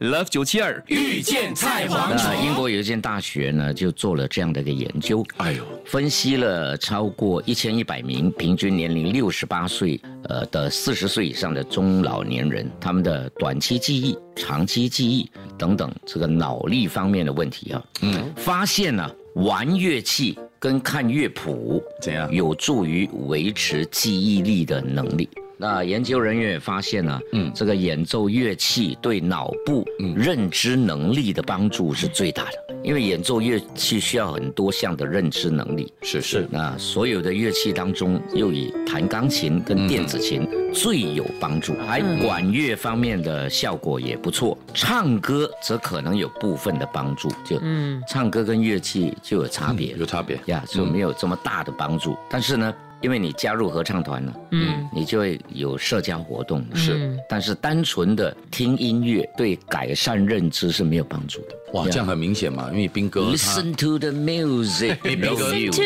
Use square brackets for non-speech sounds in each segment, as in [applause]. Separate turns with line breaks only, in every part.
Love 九七二遇见菜蝗
那英
虫。
国有一间大学呢，就做了这样的一个研究，
哎呦，
分析了超过一千一百名平均年龄六十八岁呃的四十岁以上的中老年人，他们的短期记忆、长期记忆等等这个脑力方面的问题啊，嗯，发现呢、玩乐器跟看乐谱
怎样
有助于维持记忆力的能力。那研究人员也发现呢、嗯，这个演奏乐器对脑部认知能力的帮助是最大的，因为演奏乐器需要很多项的认知能力。
是是，
那所有的乐器当中，又以弹钢琴跟电子琴最有帮助，还管乐方面的效果也不错。唱歌则可能有部分的帮助，就
嗯
唱歌跟乐器就有差别
嗯有差别。
呀，所以没有这么大的帮助。但是呢，因为你加入合唱团了，嗯，你就会有社交活动，
是。
但是单纯的听音乐对改善认知是没有帮助的。
哇，这样很明显嘛，因为斌哥他，
Listen to
[laughs]
the music，
因为斌哥
no use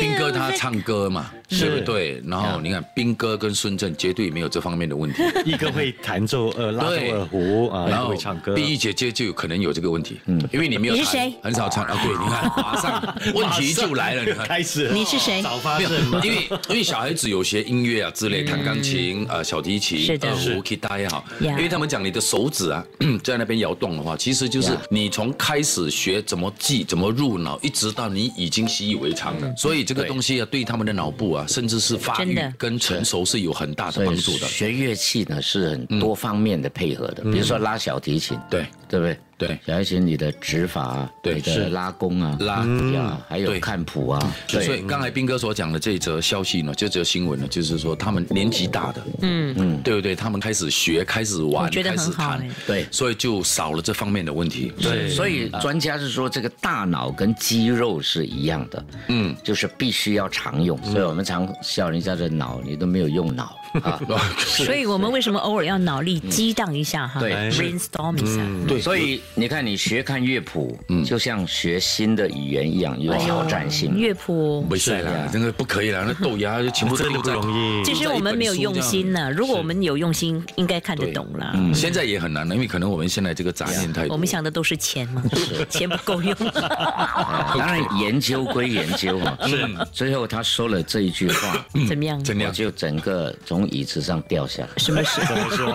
斌哥他唱歌嘛，对不对？然后你看，斌哥跟孙正绝对没有这方面的问题。
一个会弹奏呃拉奏
对
二胡啊，一
然
个
后
会唱歌。
第一姐姐就有可能有这个问题，因为你没有
你是
弹
谁
很少唱啊，对，你看，马上问题就来了，你看。
[laughs] 开始，
啊你是谁
早发
没有
症
[laughs]
吗，
因？为因为小孩子有学音乐啊之类，弹钢琴、呃小提琴
嗯是、的
二胡、吉他也好，
呀
因为他们讲你的手指啊 [clears throat] 在那边摇动的话，其实就是
呀
你从开始学怎么记、怎么入脑，一直到你已经习以为常了。所以这个
对
东西啊，对他们的脑部啊，甚至是发
嗯真
育
的
跟成熟是有很大的
所
帮
以
助的。
学乐器呢是很多方面的配合的，比如说拉小提琴，
嗯对
对不对？
对
小提琴你的指法啊，
对
你
是
的拉弓啊，
拉嗯
呀，还有
对
看谱啊，
所以刚才斌哥所讲的这则消息呢，这则新闻呢，就是说他们年纪大的，嗯嗯，对不对？他们开始学，开始玩，
我觉得
开始
很好
弹
哎，
对
所以就少了这方面的问题。
对
所以专家是说，这个大脑跟肌肉是一样的，嗯，就是必须要常用。所以我们常笑人家的脑，你都没有用脑啊。
所以我们为什么偶尔要脑力激荡一下哈
对嗯
，brainstorm 一下，
对
所以你看，你学看乐谱，就像学新的语言一样，有挑战性。
乐谱。
没事
啊
啦，真的不可以啦，那豆
[laughs]
芽就全部
真的
都
啊不容。易。
其实我们没有用心呢，如果我们有用心，应该看得懂啦。
嗯
嗯
现在也很难了，因为可能我们现在这个杂念太多。
我们想的都是钱嘛，钱不够用。嗯
啊当然，研究归研究嘛，是。最后他说了这一句话，
怎么样？
真的
我就整个从椅子上掉下来。
什么事？
怎么说？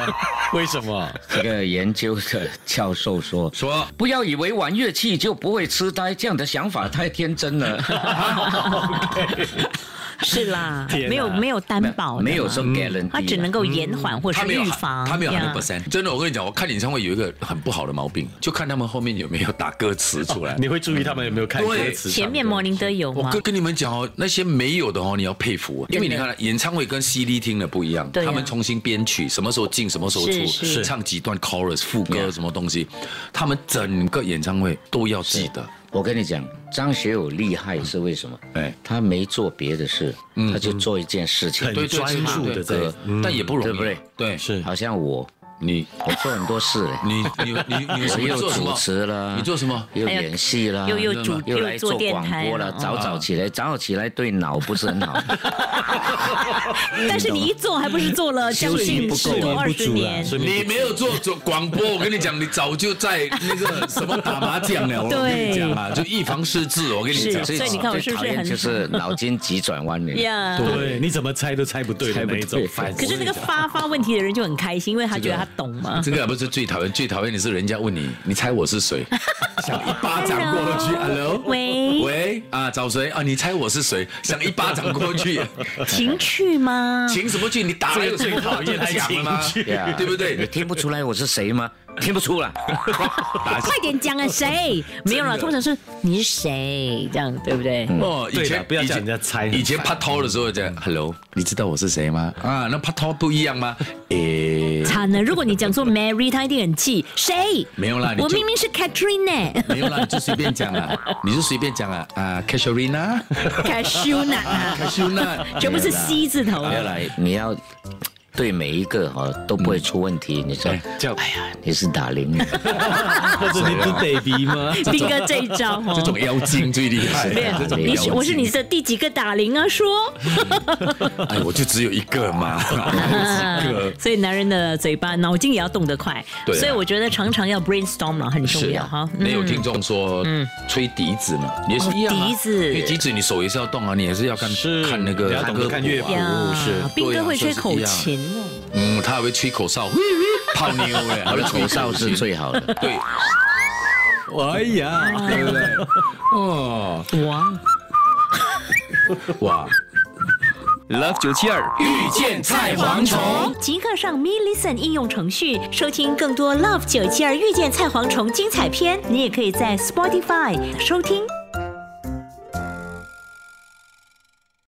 为什么？
这个研究的教授说
说
不要以为玩乐器就不会痴呆，这样的想法太天真了。
是啦，
天哪
没有没有担保的嘛，
没有
嗯
说 guarantee 啊
它只能够延缓或是
他没有
预防。
嗯他没有 h
呀
u n 真的，我跟你讲，我看演唱会有一个很不好的毛病，就看他们后面有没有打歌词出来。
你会注意他们有没有看歌
对
词？
前面摩林德有
我
吗
跟？跟你们讲哦，那些没有的哦，你要佩服，因为你
真的
看啊演唱会跟 CD 听的不一样，
对啊
他们重新编曲，什么时候进，什么时候出
是，是
唱几段 chorus 副歌什么东西，他们整个演唱会都要记得。
我跟你讲，张学友厉害是为什么？
哎
他没做别的事，
嗯
他就做一件事情，
很
对对
专
对
注的
对
在
对但也不容易，
对不对
嗯对，
是
好像我，
你
我做很多事嘞，
你你你你 [laughs] 有什嗯
我
么
又
做什
主
么？
持了，
你做什么啊
又
还有
演戏啦，
哎又又
嗯
主
又来
又做
做
电
广
台
播了，
了哦
早早起来，早起来对脑不是很
[laughs]
好。
但是你一做还不是做了将
休息
近
不够
十多二十年？
睡
你
眠不足
没有做做广播，我跟你讲，你早就在那个什么打麻将了。我跟你讲啊，就预防失智。我跟你讲，
是所以你看我是不
最
是
讨厌
很。
就是脑筋急转弯的
呀。
对，你怎么猜都猜不对的
猜不
那一种
对。
烦死
可是那个发发问题的人就很开心，因为他觉得他懂嘛。
这个不是最讨厌，最讨厌的是人家问你，你猜我是谁，想一巴掌过去
Hello，
，Hello，
喂
喂啊，找谁啊？你猜我是谁？想一巴掌过去，
情
[laughs]
趣吗？
情什么去？你打来有什么话就讲了吗？
这个最讨厌
呀
对不
你
对？
听不出来我是谁吗？听
[laughs]
不出来。
快点讲啊，谁？没有了，通常是你是谁这样，对不对？
哦，以
对啦
前
不要叫人家猜
以前拍拖的时候讲 Hello，你知道我是谁吗？啊，那拍拖不一样吗？诶，
惨了，如果你讲说 Mary，他一定很气。谁？
没有啦，你
我
就
明明是 Catherine 呢
[laughs] 没有啦，你就随便讲啦，你就随便讲啦啊，Kasherina，
，Cashewna 啊，
Kasherina，
全部是 C 字头啊
要
的。
来，你要对每一个哦都不会出问题。你说
哎，这样
哎呀，你是打零的，
或者你是 baby 吗？
斌哥这一招哦
这种妖精最厉害
对啊
了，这种
你
妖
是
精
我是你的第几个打铃啊？说，
哎，我就只有一个 [laughs]
啊
嘛，
所以男人的嘴巴脑筋也要动得快，
对啊
所以我觉得常常要 brainstorm 了，很重要哈。嗯
没有听众说，吹笛子嘛，也是一样啊、
哦笛子
因为笛子你手也是要动啊，你也是要看
[laughs] 是
看那
你
个
要懂得
歌谱
看乐谱
啊
呀
是
斌
对
哥
啊
会吹
就是
口
一样
琴哦，
嗯，他还会吹口哨，泡妞嘞，还会吹
口哨 [laughs] 是最好的。
对，
哎呀，对不对？
哦，
哇，
哇，
Love 九七二遇见菜蝗虫。
即刻上 Me Listen 应用程序收听更多 Love 九七二遇见菜蝗虫精彩片，你也可以在 Spotify 收听